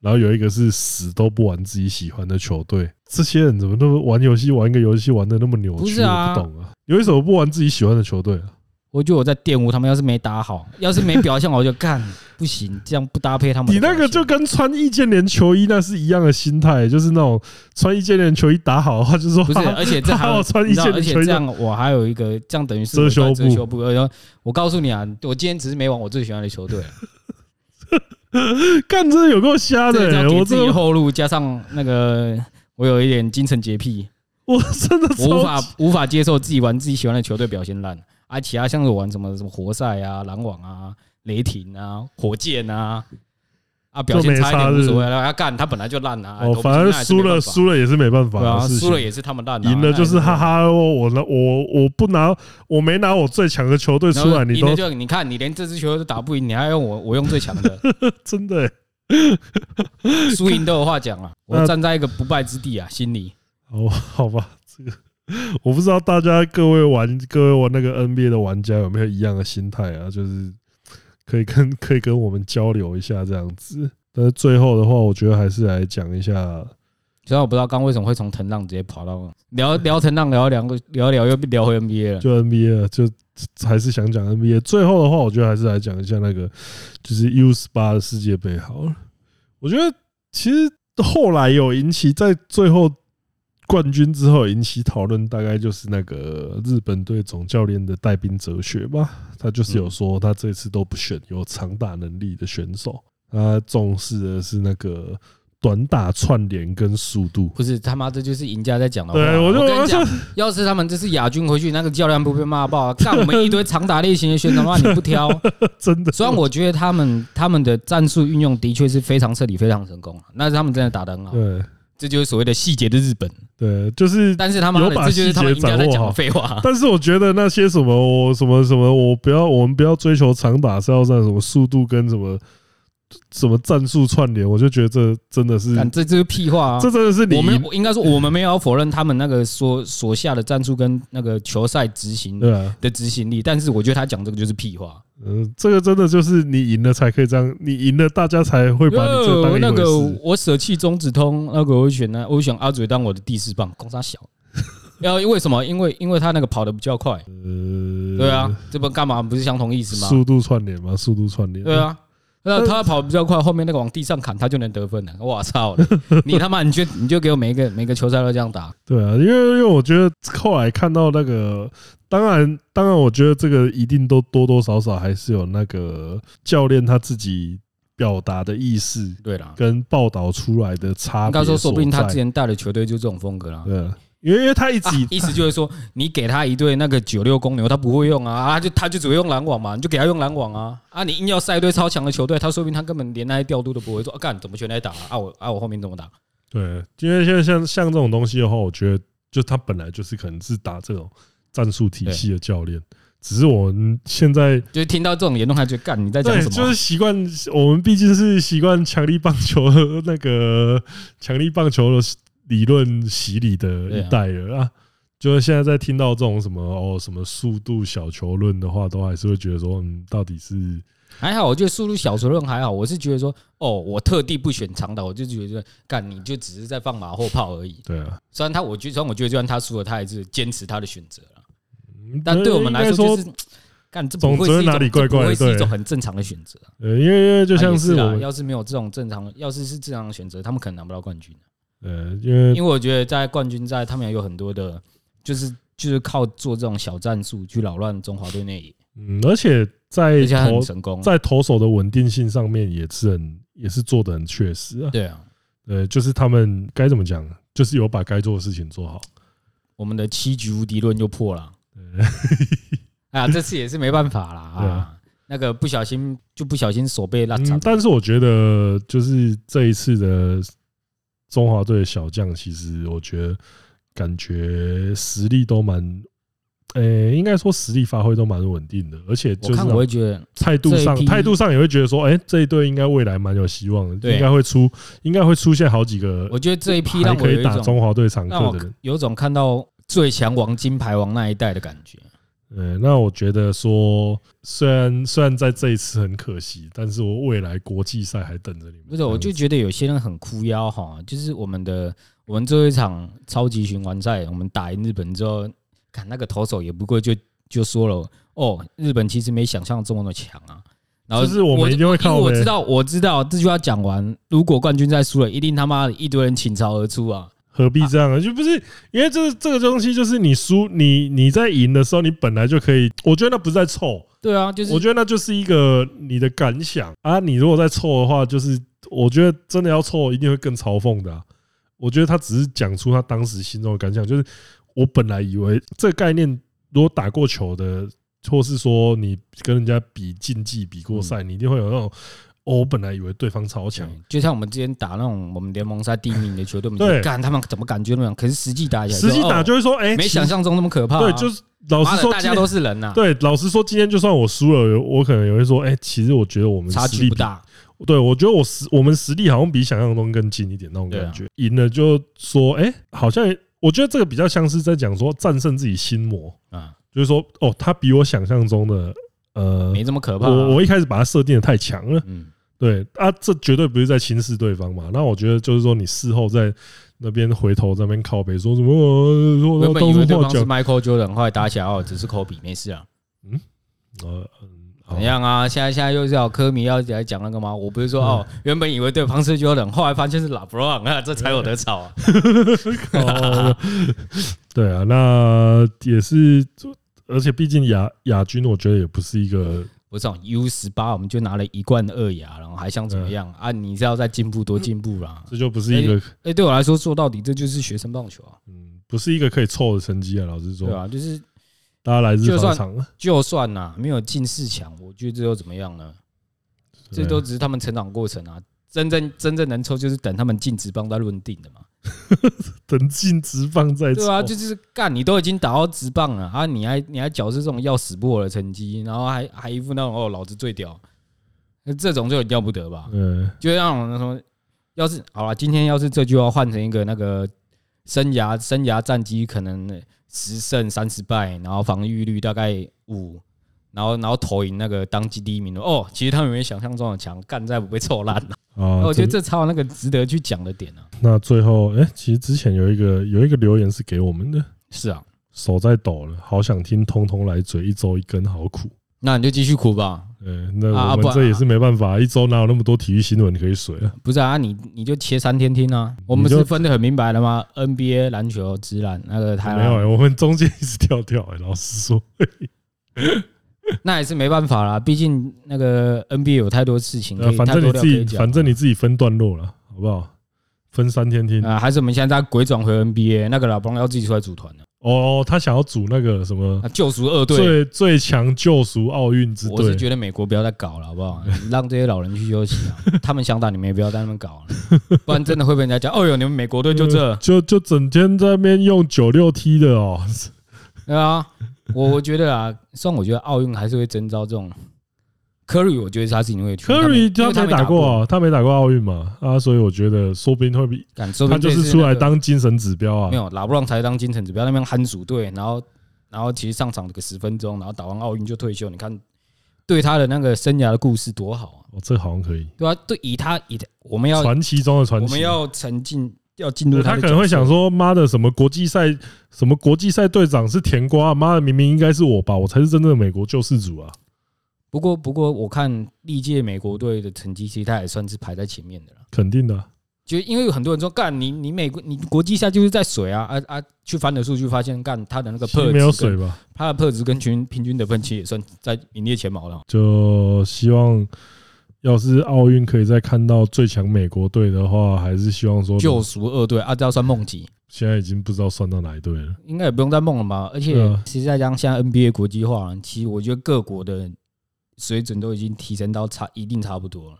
A: 然后有一个是死都不玩自己喜欢的球队，这些人怎么那么玩游戏玩一个游戏玩的那么扭曲？
C: 不是
A: 我
C: 啊
A: 不懂啊，你为什么不玩自己喜欢的球队啊？
C: 我觉得我在玷污他们，要是没打好，要是没表现好，我就 干不行，这样不搭配他们
A: 你
C: 的表
A: 那
C: 现。
A: 个就跟穿易建联球衣那是一样的心态，就是那种穿易建联球衣打好的话，就是说啊
C: 不是，
A: 哈哈
C: 而且这还
A: 哈哈
C: 有
A: 我穿
C: 你
A: 一
C: 知道
A: 件
C: 而且
A: 球衣
C: 这样我还有一个，这样等于是
A: 遮
C: 我在
A: 羞
C: 遮
A: 布
C: 羞布。然后我告诉你啊，我今天只是没玩我最喜欢的球 队啊，
A: 干，真的有够瞎的、
C: 呃这
A: 欸，
C: 样
A: 我
C: 给
A: 真
C: 自己
A: 的
C: 后路，加上那个我有一点精神洁癖，
A: 我真的
C: 我
A: 超
C: 无法
A: 级
C: 无法接受自己玩自己喜欢的球队表现烂，而且啊，像是我玩什么什么活塞啊、篮网啊、雷霆啊、火箭啊，啊表现差一点无所谓了，啊干他本来就烂啊，
A: 哦，反正输了输
C: 了，
A: 了也是没办法
C: 对啊，
A: 的事情，
C: 输了也是他们烂啊，
A: 赢了就是哈
C: 那也没办法。
A: 哈，哦我我拿我我不拿我没拿我最强的球队
C: 然
A: 出
C: 后
A: 来，你
C: 赢
A: 都
C: 了就你看，你连这支球队都打不赢，你还用我我用最强 的，
A: 真的、欸、
C: 输赢都有话讲啊！我
A: 那
C: 站在一个不败之地啊，心里
A: 哦，好吧，这个我不知道大家各位玩各位玩那个 NBA 的玩家有没有一样的心态啊？就是可以跟可以跟我们交流一下这样子。但是最后的话，我觉得还是来讲一下，
C: 虽然我不知道刚为什么会从藤浪直接跑到聊聊藤浪聊聊聊聊又聊回 NBA 了，
A: 就 NBA 了就还是想讲 NBA。最后的话，我觉得还是来讲一下那个就是 U 十八的世界杯好了。我觉得其实后来有引起在最后冠军之后引起讨论，大概就是那个日本队总教练的带兵哲学吧。他就是有说，他这次都不选有长打能力的选手，他重视的是那个短打串联跟速度。
C: 不是他妈，这就是赢家在讲的话。
A: 对，我就
C: 跟
A: 我
C: 你
A: 就
C: 讲，要是他们这次亚军回去，那个教练不被骂爆啊！干我们一堆长打类型的选手，妈你 不挑。
A: 真的，
C: 虽然我觉得他们他们的战术运用的确是非常彻底、非常成功啊，那是他们真的打得很好。
A: 对
C: 这就是所谓的细节的日本。
A: 对，就是
C: 但是他妈
A: 有
C: 的，
A: 把
C: 这就是他们赢家
A: 细
C: 在
A: 节掌
C: 讲
A: 握好
C: 的废话。啊
A: 但是我觉得那些什么我什么什么，我不要，我们不要追求长打，是要让什么速度跟什么什么战术串联，我就觉得这真的是，
C: 干这就是屁话啊！
A: 嗯这真的是你
C: 我们我应该说，我们没有要否认他们那个所所下的战术跟那个球赛执行
A: 对啊，
C: 的执行力，但是我觉得他讲这个就是屁话。
A: 嗯，这个真的就是你赢了才可以这样，你赢了大家才会把你这
C: 呃
A: 当
C: 那
A: 一回
C: 个
A: 事。
C: 我舍弃中指通，那个我会选呢，我会选阿嘴当我的第四棒，攻杀小。要为什么？因为因为他那个跑得比较快，
A: 呃，
C: 对啊，，这不干嘛不是相同意思吗？
A: 速度串联嘛，速度串联，
C: 对，啊，那他跑得比较快，后面那个往地上砍，他就能得分了。我 操嘞！你他妈你就你就给我每一个每个球赛都这样打，
A: 对啊，因为因为我觉得后来看到那个，当然当然，我觉得这个一定都多多少少还是有那个教练他自己表达的意思
C: 对啦。
A: 跟报道出来的差别所在。
C: 应该说，说不定他之前带的球队就这种风格啦。
A: 对啊，因为因为他一直
C: 啊
A: 以、
C: 意思就是说，你给他一对那个九六公牛，他不会用啊，啊他就他就只会用篮网嘛，你就给他用篮网啊，啊，你硬要塞一堆超强的球队，他说不定他根本连那些调度都不会做，啊，干怎么全来打啊？啊我啊我后面怎么打？
A: 对，因为现在像像这种东西的话，我觉得就他本来就是可能是打这种战术体系的教练，只是我们现在
C: 就是听到这种言论，他就干你在讲
A: 对
C: 什么
A: 就
C: 啊、
A: 是习惯，我们毕竟是习惯强力棒球的那个强力棒球的理论洗礼的一代了啊。就是现在在听到这种什么哦什么速度小球论的话，都还是会觉得说，嗯，到底是
C: 还好，我觉得速度小球论还好，我是觉得说，哦，我特地不选长打，我就觉得干你就只是在放马后炮而已。
A: 对啊。
C: 虽然他，我觉得虽然我觉得就算他输了，他还是坚持他的选择了，
A: 嗯
C: 但对我们来
A: 应该
C: 说
A: 说
C: 就是。干这不
A: 总
C: 会
A: 觉得
C: 是一种
A: 哪里
C: 这
A: 怪
C: 不
A: 怪
C: 会
A: 的
C: 是一
A: 对
C: 种很正常的选择啊、
A: 呃，因为因为就
C: 啊
A: 像
C: 也
A: 是
C: 是
A: 我
C: 啊，
A: 们
C: 要是没有这种正常，要是是正常的选择，他们可能拿不到冠军、啊
A: 呃，因为
C: 因为我觉得在冠军赛，他们有很多的，就是就是靠做这种小战术去扰乱中华队内野，
A: 嗯，而且在
C: 而且很啊
A: 投
C: 成功。
A: 在投手的稳定性上面也是很也是做的很确实啊。
C: 对啊，
A: 呃，就是他们该怎么讲，就是有把该做的事情做好。
C: 我们的七局无敌论又破了。啊，这次也是没办法 啦
A: 对
C: 啊
A: 啊，
C: 那个不小心就不小心手被拉长
A: 嗯，，但是我觉得就是这一次的中华队的小将，其实我觉得感觉实力都蛮，呃，应该说实力发挥都蛮稳定的，而且
C: 我
A: 就是
C: 看我会觉得
A: 态度
C: 这一
A: 上
C: 批
A: 态度上也会觉得说，哎，这一队应该未来蛮有希望的，
C: 对
A: 应该会出应该会出现好几个
C: 我觉得这一批
A: 还
C: 让我
A: 可
C: 有
A: 以
C: 一
A: 打
C: 种
A: 中华队常
C: 让
A: 客
C: 我
A: 的人。
C: 有一种看到最强王、金牌王那一代的感觉。
A: 呃，那我觉得说，虽然虽然在这一次很可惜，但是我未来国际赛还等着你们。
C: 不是，我就觉得有些人很哭腰哈，就是我们的我们最后一场超级循环赛，我们打赢日本之后，看那个投手也不过就就说了哦，日本其实没想象中的强啊。然后
A: 就是我们一定会靠
C: 因为我
A: 北
C: 知道，我知道这句话讲完，如果冠军赛输了，一定他妈的一堆人倾巢而出啊！
A: 何必这样啊？就不是因为这这个东西，就是你输，你你在赢的时候，你本来就可以。我觉得那不是在凑，
C: 对啊，就是
A: 我觉得那就是一个你的感想啊。你如果在凑的话，就是我觉得真的要凑，一定会更嘲讽的啊、我觉得他只是讲出他当时心中的感想，就是我本来以为这个概念，如果打过球的，或是说你跟人家比竞技、比过
C: 嗯
A: 赛，你一定会有那种，哦，我本来以为对方超强
C: 对，哎就像我们之前打那种我们联盟赛第一名的球队，我们就
A: 对
C: 干他们怎么感觉那样？可是实际打起来就，
A: 实际打就
C: 哦
A: 会说，哎，其
C: 没
A: 实
C: 想象中那么可怕啊。
A: 对，就是老
C: 妈
A: 实
C: 的
A: 说，
C: 大家
A: 今天
C: 都是人啊呐，
A: 对，老实说，今天就算我输了，我可能也会说，哎，其实我觉得我们
C: 差
A: 实
C: 距
A: 力
C: 不
A: 比
C: 大。
A: 对，我觉得我实我们实力好像比想象中更近一点那种感
C: 啊
A: 觉，赢了就说，哎，好像我觉得这个比较像是在讲说战胜自己心魔，
C: 啊，
A: 就是说，哦，他比我想象中的，呃，
C: 没这么可怕、啊。
A: 我我一开始把他设定的太强了，
C: 嗯，
A: 对啊，这绝对不是在轻视对方嘛。那我觉得就是说，你事后在那边回头在那边靠背说什么，呃
C: 我
A: 说
C: 原本
A: 当
C: 以为
A: 初
C: 对
A: 话
C: 方是
A: 讲，
C: Michael Jordan，后来打起来哦，只是科比，没事啊。
A: 呃，嗯，
C: 怎么样啊？现在现在又是要科米要来讲那个吗？我不是
A: 嗯
C: 说哦，原本以为对方社就冷，后来发现是拉布朗啊，这才有得吵啊。
A: 哦，对啊，那也是，而且毕竟亚亚军，我觉得也不是一个
C: 我这种哦 U 十八，我们就拿了一冠二亚，然后还想怎么
A: 嗯
C: 样啊？你是要再进步多进步啦。
A: 这就不是一个，
C: 哎，对我来说，说到底这就是学生棒球啊，
A: 嗯，不是一个可以凑的成绩啊。老实说
C: 对，啊，就是
A: 大家来日方长，
C: 就算呐、没有进四强，我觉得这又怎么样呢？这都只是他们成长过程啊。真正真正能抽，就是等他们进职棒再论定的嘛。
A: 啊等进直棒再
C: 对啊，
A: 凑
C: 就是干，你都已经打到直棒了啊，你还你还矫饰这种要死不活的成绩，然后还还一副那种哦，老子最屌，那这种就很要不得吧？
A: 嗯，
C: 就那种什么，要是好了，今天要是这句话换成一个那个生涯生涯战绩可能十胜三十败，然后防御率大概五，然后然后投赢那个当季第一名的哦，其实他们没想象中的强，干再不被臭烂 了。
A: 啊，
C: 哦我觉得这超有那个值得去讲的点啊。
A: 那最后，哎，其实之前有一个有一个留言是给我们的，
C: 是啊，
A: 手在抖了，好想听通通来嘴，一周一根，好苦。
C: 那你就继续苦吧。
A: 呃，那
C: 啊
A: 我
C: 不
A: 们
C: 然
A: 这也是没办法，一周哪有那么多体育新闻可以水 啊？
C: 不是啊，你你就切三天听啊。我们
A: 你就是
C: 分得很明白了吗？NBA 篮球、直篮那个台
A: 没有、
C: 湾，
A: 欸，我们中间一直跳跳、欸，老实说，
C: 那也是没办法啦。毕竟那个 NBA 有太多事情可
A: 呃，
C: 以，
A: 反
C: 太
A: 正
C: 多
A: 你
C: 料
A: 自
C: 可以
A: 己，
C: 讲啊
A: 反正你自己分段落了，好不好？分三天听。
C: 啊，还是我们现在在鬼转回 NBA，那个老邦要自己出来组团了，
A: 哦，他想要组那个什么
C: 啊救赎二队。
A: 最最强救赎奥运之
C: 我是
A: 队，
C: 觉得美国不要再搞了，好不好？
A: 嗯
C: 你让这些老人去 休息啊，他们想打你们也不要在那边搞了，不然真的会被人家讲。哦哟，你们美国队就这，
A: 嗯就就整天在那边用九六 T 的哦，
C: 对啊，我我觉得啊，虽然我觉得奥运还是会征召这种科瑞，我觉得他自己会去。
A: 科瑞
C: 因为
A: 他
C: 他
A: 没打过，啊，他没打过奥运嘛啊，所以我觉得说不定会比
C: 敢说不
A: 他
C: 定
A: 就
C: 这
A: 是
C: 也
A: 出
C: 那
A: 来
C: 个
A: 当精神指标啊
C: 没。有拉布朗才当金城指标，那边喊组队，然后然后其实上场个十分钟，然后打完奥运就退休，你看对他的那个生涯的故事多好啊！
A: 哦，这好像可以，
C: 对啊，对，以他以他我们要
A: 传奇中的传
C: 我
A: 奇。
C: 们要沉浸要进入
A: 对
C: 他
A: 他
C: 的
A: 可能会想说，妈的，什么国际赛，什么国际赛队长是甜瓜，妈的，明明应该是我吧，我才是真正的美国救世主啊！
C: 不过不过我看历届美国队的成绩，其实他也算是排在前面的了。
A: 肯定的啊，
C: 就因为有很多人说，干你你美国你国际赛就是在水啊啊啊！去翻的数据发现，干他的那个
A: 其实
C: per
A: 没有水，吧？
C: 他的 per 值跟群平均得分其实也算在名列前茅了。
A: 就希望，要是奥运可以再看到最强美国队的话，还是希望说，
C: 救赎二队啊，这要算梦级，
A: 现在已经不知道算到哪一队了。
C: 应该也不用再梦了吧？而且
A: 对啊
C: 其实再加上现在 NBA 国际化，其实我觉得各国的水准都已经提升到差一定差不多了。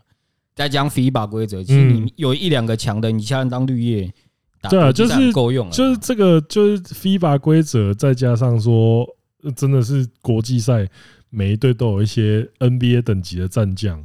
C: 再加上 FIBA 规则，其实
A: 嗯
C: 你有一两个强的，你下来当绿叶打
A: 对啊
C: 国际赛
A: 就是
C: 够用了，
A: 就是这个，就是 FIBA 规则，再加上说，呃真的是国际赛，每一队都有一些 NBA 等级的战将。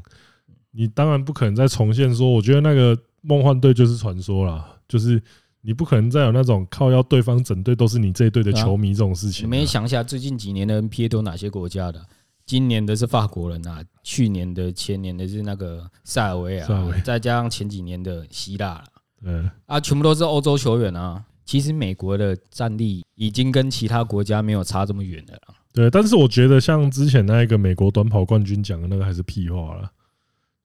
A: 你当然不可能再重现说，我觉得那个梦幻队就是传说啦，就是你不可能再有那种靠要对方整队都是你这一队的
C: 对啊
A: 球迷这种事
C: 你
A: 情啊。
C: 们也想一下，最近几年的 NBA 都哪些国家的？今年的是法国人啊，去年的、前年的是那个塞尔维亚
A: 塞尔维亚
C: 啊，再加上前几年的希腊啦
A: 嗯，
C: 啊，全部都是欧洲球员啊。其实美国的战力已经跟其他国家没有差这么远了啦。
A: 对。但是我觉得像之前那一个美国短跑冠军奖的那个还是屁话了，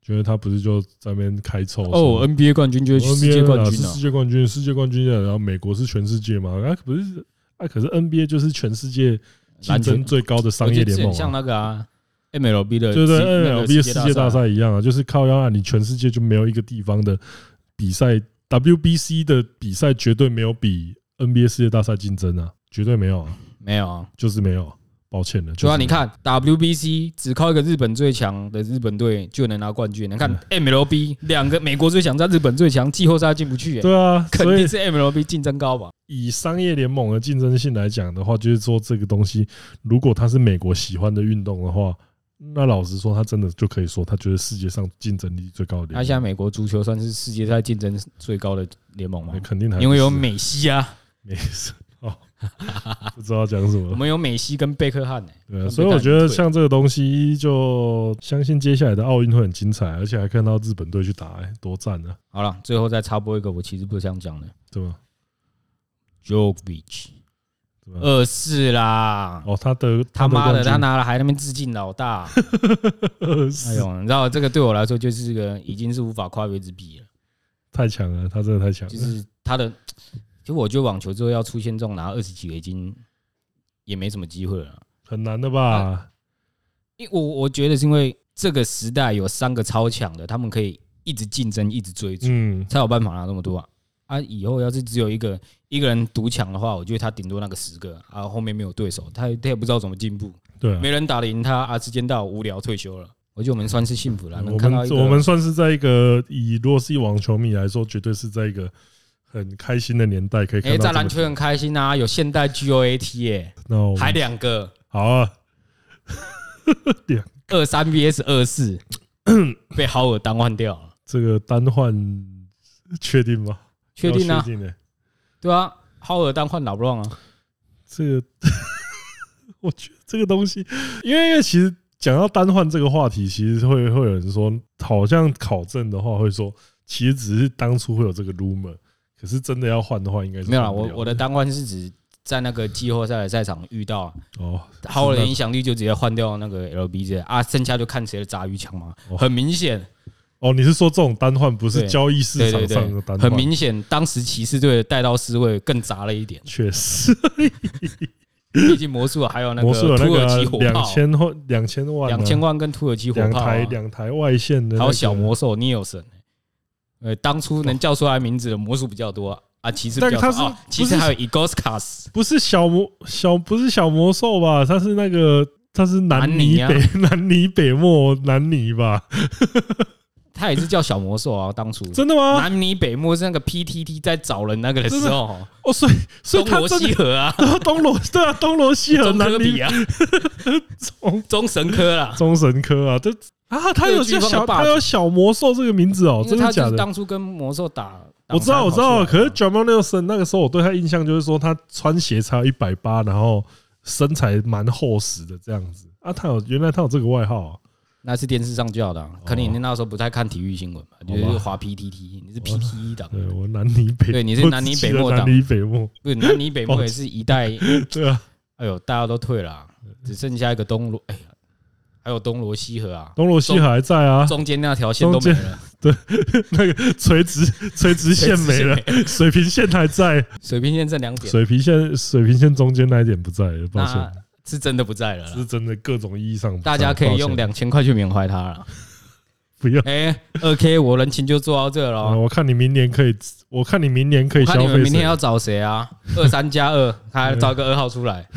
A: 觉得他不是就在那边开臭说
C: 哦，NBA 冠军就是
A: NBA
C: 世界冠
A: 啊
C: 军
A: 是
C: 啊
A: 世！界冠军，世界冠军啊！然后美国是全世界嘛？啊，不是啊，可是 NBA 就是全世界竞
C: 篮球
A: 争最高的
C: 我
A: 商业
C: 觉得
A: 联
C: 这
A: 盟
C: 很像
A: 啊、
C: 那个啊，MLB 的
A: 就对哎
C: 世那个
A: NLB 世界大
C: 赛啊，
A: 赛一样啊，就是靠要让你全世界就没有一个地方的比赛，WBC 的比赛绝对没有比 NBA 世界大赛竞争啊，绝对没有啊，
C: 没有啊。
A: 就是没有啊、抱歉了，
C: 就
A: 就是
C: 像
A: 没
C: 你
A: 有，
C: 看 WBC 只靠一个日本最强的日本队就能拿冠军，你
A: 嗯
C: 看 MLB 两个美国最强加日本最强，季后赛进不去、欸，
A: 对啊，
C: 肯
A: 所以
C: 定是 MLB 竞争高吧？
A: 以商业联盟的竞争性来讲的话，就是说这个东西，如果它是美国喜欢的运动的话，那老实说，它真的就可以说，它觉得世界上竞争力最高的
C: 那现在
A: 联盟。
C: 美国足球算是世界赛竞争最高的联盟吗
A: 那？肯定还不是
C: 因为有美西啊，
A: 没事哦， 不知道讲什
C: 我
A: 么。
C: 们有美西跟贝克汉、欸，
A: 哦对啊，所以我觉得像这个东西，就相信接下来的奥运会很精彩，而且还看到日本队去打、哎，多赞啊，
C: 好了，最后再插播一个我其实不想讲的
A: 对吧？
C: ，Jovic，
A: 怎么样？
C: 二四啦，
A: 哦，他的
C: 他妈的，他
A: 拿
C: 拿了还在那边致敬老大，哎
A: 哎呦，
C: 呦，你知道这个对我来说就是一个已经是无法跨越之壁了，
A: 太强了，他真的太强
C: 就
A: 了。
C: 是他的，其实我觉得网球之后要出现这种拿二十几个已经也没什么机会了啊，
A: 很难的吧？
C: 因为我我觉得是因为这个时代有三个超强的，他们可以一直竞争，一直追逐，
A: 嗯，
C: 才有办法拿那么多啊。啊，以后要是只有一个一个人独抢的话，我觉得他顶多那个十个啊，后面没有对手，他也他也不知道怎么进步，
A: 对啊，
C: 没人打得赢他啊，时间到无聊退休了。我觉得我们算是幸福了，能
A: 嗯我
C: 看到一
A: 们
C: 个
A: 我们算是在一个以若是以网球迷来说，绝对是在一个很开心的年代，可以看
C: 哎、
A: 到
C: 在
A: 这
C: 篮
A: 么
C: 球很开心啊，有现代 GOAT 耶、
A: 那我们
C: 还两个
A: 好啊，
C: 二三 VS 二 四，被豪尔单换掉了，
A: 这个单换确定吗？
C: 确定
A: 要
C: 啊
A: 确？定的。
C: 对啊，豪尔单换老布朗啊，
A: 这个 我觉得这个东西，因为因为其实讲到单换这个话题，其实会会有人说，好像考证的话会说，其实只是当初会有这个 rumor，可是真的要换的话，应该是
C: 没有啦，
A: 换不
C: 我
A: 了
C: 我的单换是指在那个季后赛的赛场遇到
A: 哦，
C: 好的影响力就直接换掉那个 LBJ 啊，剩下就看谁的炸鱼强嘛
A: 哦，
C: 很明显，
A: 哦，你是说这种单换不是
C: 对
A: 交易市
C: 对
A: 场
C: 对对
A: 上的单，换？
C: 很明显，当时骑士队的带刀四位更杂了 一点，
A: 确实，
C: 毕竟魔术还 有那
A: 魔术有
C: 个
A: 那
C: 土
A: 个
C: 耳其
A: 啊
C: 火
A: 两
C: 炮，
A: 千或两千万啊，
C: 两千万跟土耳其火
A: 两
C: 炮啊，
A: 台两台外线的那个，
C: 还有小魔兽 n e l s o n 呃，当初能叫出来名字的魔术比较多啊啊，骑士比较
A: 但
C: 少
A: 他是
C: 啊，骑
A: 不
C: 士
A: 是
C: 还有 Egoscas，
A: 不是小魔小不是小魔兽吧？它是那个它是南
C: 南
A: 泥
C: 泥啊
A: 北 南泥北漠南泥吧？
C: 他也是叫小魔兽啊，当初
A: 真的吗？
C: 南泥北漠是那个 PTT 在找人那个的时候，
A: 哦，所以所以
C: 东
A: 它
C: 罗
A: 真
C: 西
A: 的
C: 河啊，
A: 东罗对啊，东罗西河
C: 中
A: 南
C: 科
A: 泥
C: 比啊，
A: 中
C: 中神科啦。
A: 中神科啊，这啊，它有
C: 这个
A: 叫小
C: 地方的霸
A: 它
C: 主
A: 有小魔兽这个名字哦，
C: 因为
A: 真
C: 他
A: 的
C: 就
A: 假
C: 是
A: 的？
C: 当初跟魔兽打，
A: 我知道我知
C: 打
A: 道，
C: 完赛跑出
A: 可
C: 来
A: 是 Jamal Nelson 那个时候我对他印象就是说他穿鞋差一百八，然后身材蛮厚实的这样子啊，他有原来他有这个外号啊、
C: 那是电视上叫的啊，可能你那时候不太看体育新闻吧，
A: 吧
C: 就是滑 PTT，你是 PTE 党，
A: 对我南泥北，
C: 对你是
A: 我
C: 南泥
A: 只记
C: 北
A: 得
C: 漠党
A: 南泥北漠，
C: 不是南泥北漠也是一代，
A: 对啊，
C: 哎呦，大家都退了啊，只剩下一个东罗，哎呀，还有东罗西河啊，
A: 东罗西河还在啊，
C: 中间那条线都没
A: 中
C: 了，
A: 那个垂直垂直线没了，水平线还在，
C: 水平线这两点，
A: 水平线水平线中间那一点不在了，抱
C: 那
A: 歉，
C: 是真的不在了啦。
A: 是真的各种意义上不在，
C: 大家可以用
A: 抱歉
C: 两千块去缅怀他了。
A: 不要。
C: 哎，二 K，我人情就做到这了
A: 啊
C: 哦。
A: 我看你明年可以，我看你明年可以
C: 我
A: 消
C: 看你们
A: 费
C: 明天
A: 谁？
C: 要找谁啊？二三加二， 还找一个二号出来。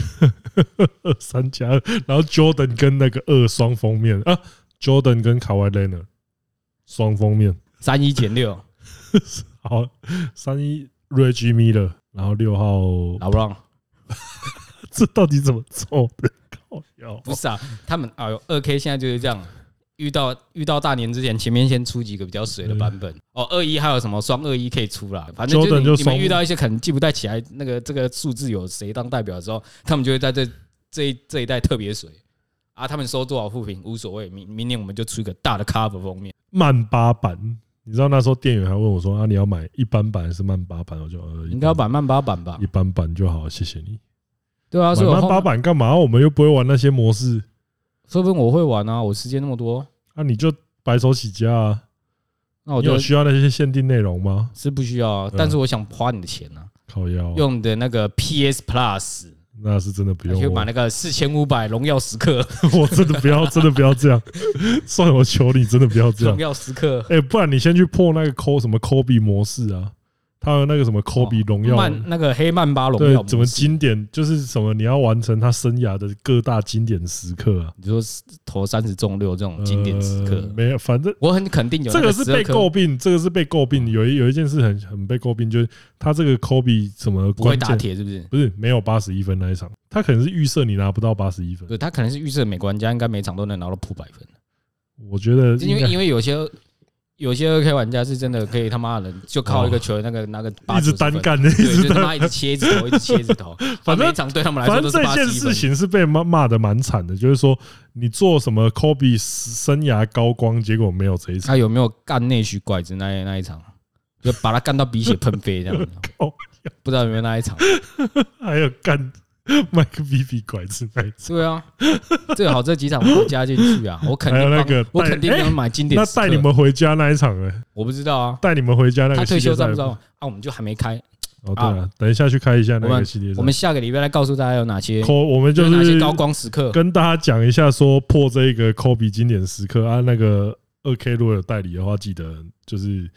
A: 二三加二，然后 Jordan 跟那个二双封面啊，Jordan 跟卡哇 l 呢双封面，
C: 三一减六，
A: 好，三一 Reggie Miller，然后六号
C: 老布朗
A: 这到底怎么做的？靠腰！
C: 不是啊，他们哎呦，二 K 现在就是这样，遇到遇到大年之前，前面先出几个比较水的版本哦，二一还有什么双二一可以出啦，反正就
A: 嗯
C: 是
A: Jordan
C: 你
A: 就
C: 你们
A: 双
C: 遇到一些可能记不太起来那个这个数字有谁当代表的时候，他们就会在这这一这一代特别水啊，他们收多少负评无所谓，明明年我们就出一个大的 cover 封面，
A: 曼巴版，你知道那时候店员还问我说啊，你要买一般版还是曼巴版？我就呃，
C: 应该要版曼巴版吧
A: 一？般版就好，谢谢你。
C: 对啊，
A: 买
C: 所以我
A: 曼巴
C: 后
A: 版干嘛？我们又不会玩那些模式，
C: 说不定我会玩啊，我时间那么多，
A: 那你就白手起家啊。
C: 那我
A: 你
C: 就
A: 有需要那些限定内容吗？
C: 是不需要啊，但是我想花你的钱啊。
A: 靠腰，
C: 用的那个 PS Plus，
A: 那是真的不
C: 你
A: 用
C: 可以
A: 我
C: 买那个四千五百荣耀时刻，
A: 我真的不要，真的不要这样，算了，我求你，真的不要这
C: 荣
A: 样。
C: 耀时刻
A: 哎、不然你先去破那个抠什么抠比模式啊，它有那个什么抠比荣耀，
C: 曼那个黑曼巴荣
A: 对
C: 耀，
A: 怎么
C: 金？
A: 经典就是什么你要完成他生涯的各大经典时刻啊，
C: 你说投三十中六这种经典时刻
A: 呃，没有，反正
C: 我很肯定有
A: 这个是被诟
C: 够
A: 病，这个是被诟
C: 嗯
A: 病。有一有一件事很很被诟病，就是他这个科比什么
C: 不会
A: 关
C: 打
A: 键
C: 铁，是不是？
A: 不是没有八十一分那一场，他可能是预设你拿不到八十一分
C: 不。是，他可能是预设每个玩家应该每场都能拿到破百分，
A: 我觉得
C: 因
A: 应
C: 为
A: 该
C: 因为有些有些二 K 玩家是真的可以他妈的就靠一个球那个那个八
A: 一直
C: 90分
A: 单干，一
C: 对，就
A: 直
C: 是他
A: 单
C: 妈一直切一直投一直切一直投，
A: 反正
C: 每一场对他们来
A: 反
C: 说
A: 正
C: 都
A: 这
C: 是八
A: 件
C: 十一
A: 事
C: 分。
A: 情是被骂骂的蛮惨的，就是说你做什么 Kobe 生涯高光，结果没有这一场。
C: 他有没有干内需拐子那一那一场，就把他干到鼻血喷飞这样子
A: 靠，
C: 不知道有没有那一场？
A: 哎还有干 卖个 BB 拐子那一种。
C: 对啊，最好这几场我都加进 去啊，我肯定
A: 还有那
C: 帮
A: 个
C: 我
A: 带
C: 肯定
A: 哎
C: 能买经典
A: 那
C: 时刻。
A: 带你们回家那一场呢？
C: 我不知道啊，
A: 带你们回家那
C: 他
A: 个系
C: 退
A: 列
C: 休
A: 赛
C: 知不知道？啊，我们就还没开，
A: 哦，对了，等一下去开一下那
C: 我
A: 个
C: 们
A: 系列赛。
C: 我们下个礼拜来告诉大家有哪些
A: 扣，我们就
C: 有哪些
A: 是
C: 高光时刻。
A: 跟大家讲一下，说破这个科比经典时刻啊，那个二 K 如果有代理的话，记得就是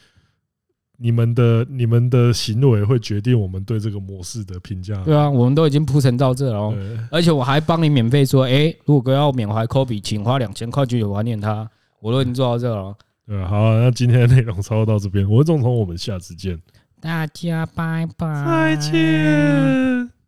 A: 你们的你们的行为会决定我们对这个模式的评价。
C: 对啊，我们都已经铺陈到这了哦，
A: 对
C: 而且我还帮你免费说，哎，如果要缅怀科比，请花两千块去怀念他。我都已经做到这了哦，
A: 对，好啊，那今天的内容差不多到这边，我是总统，我们下次见，
C: 大家拜
A: 再
C: 拜，
A: 见。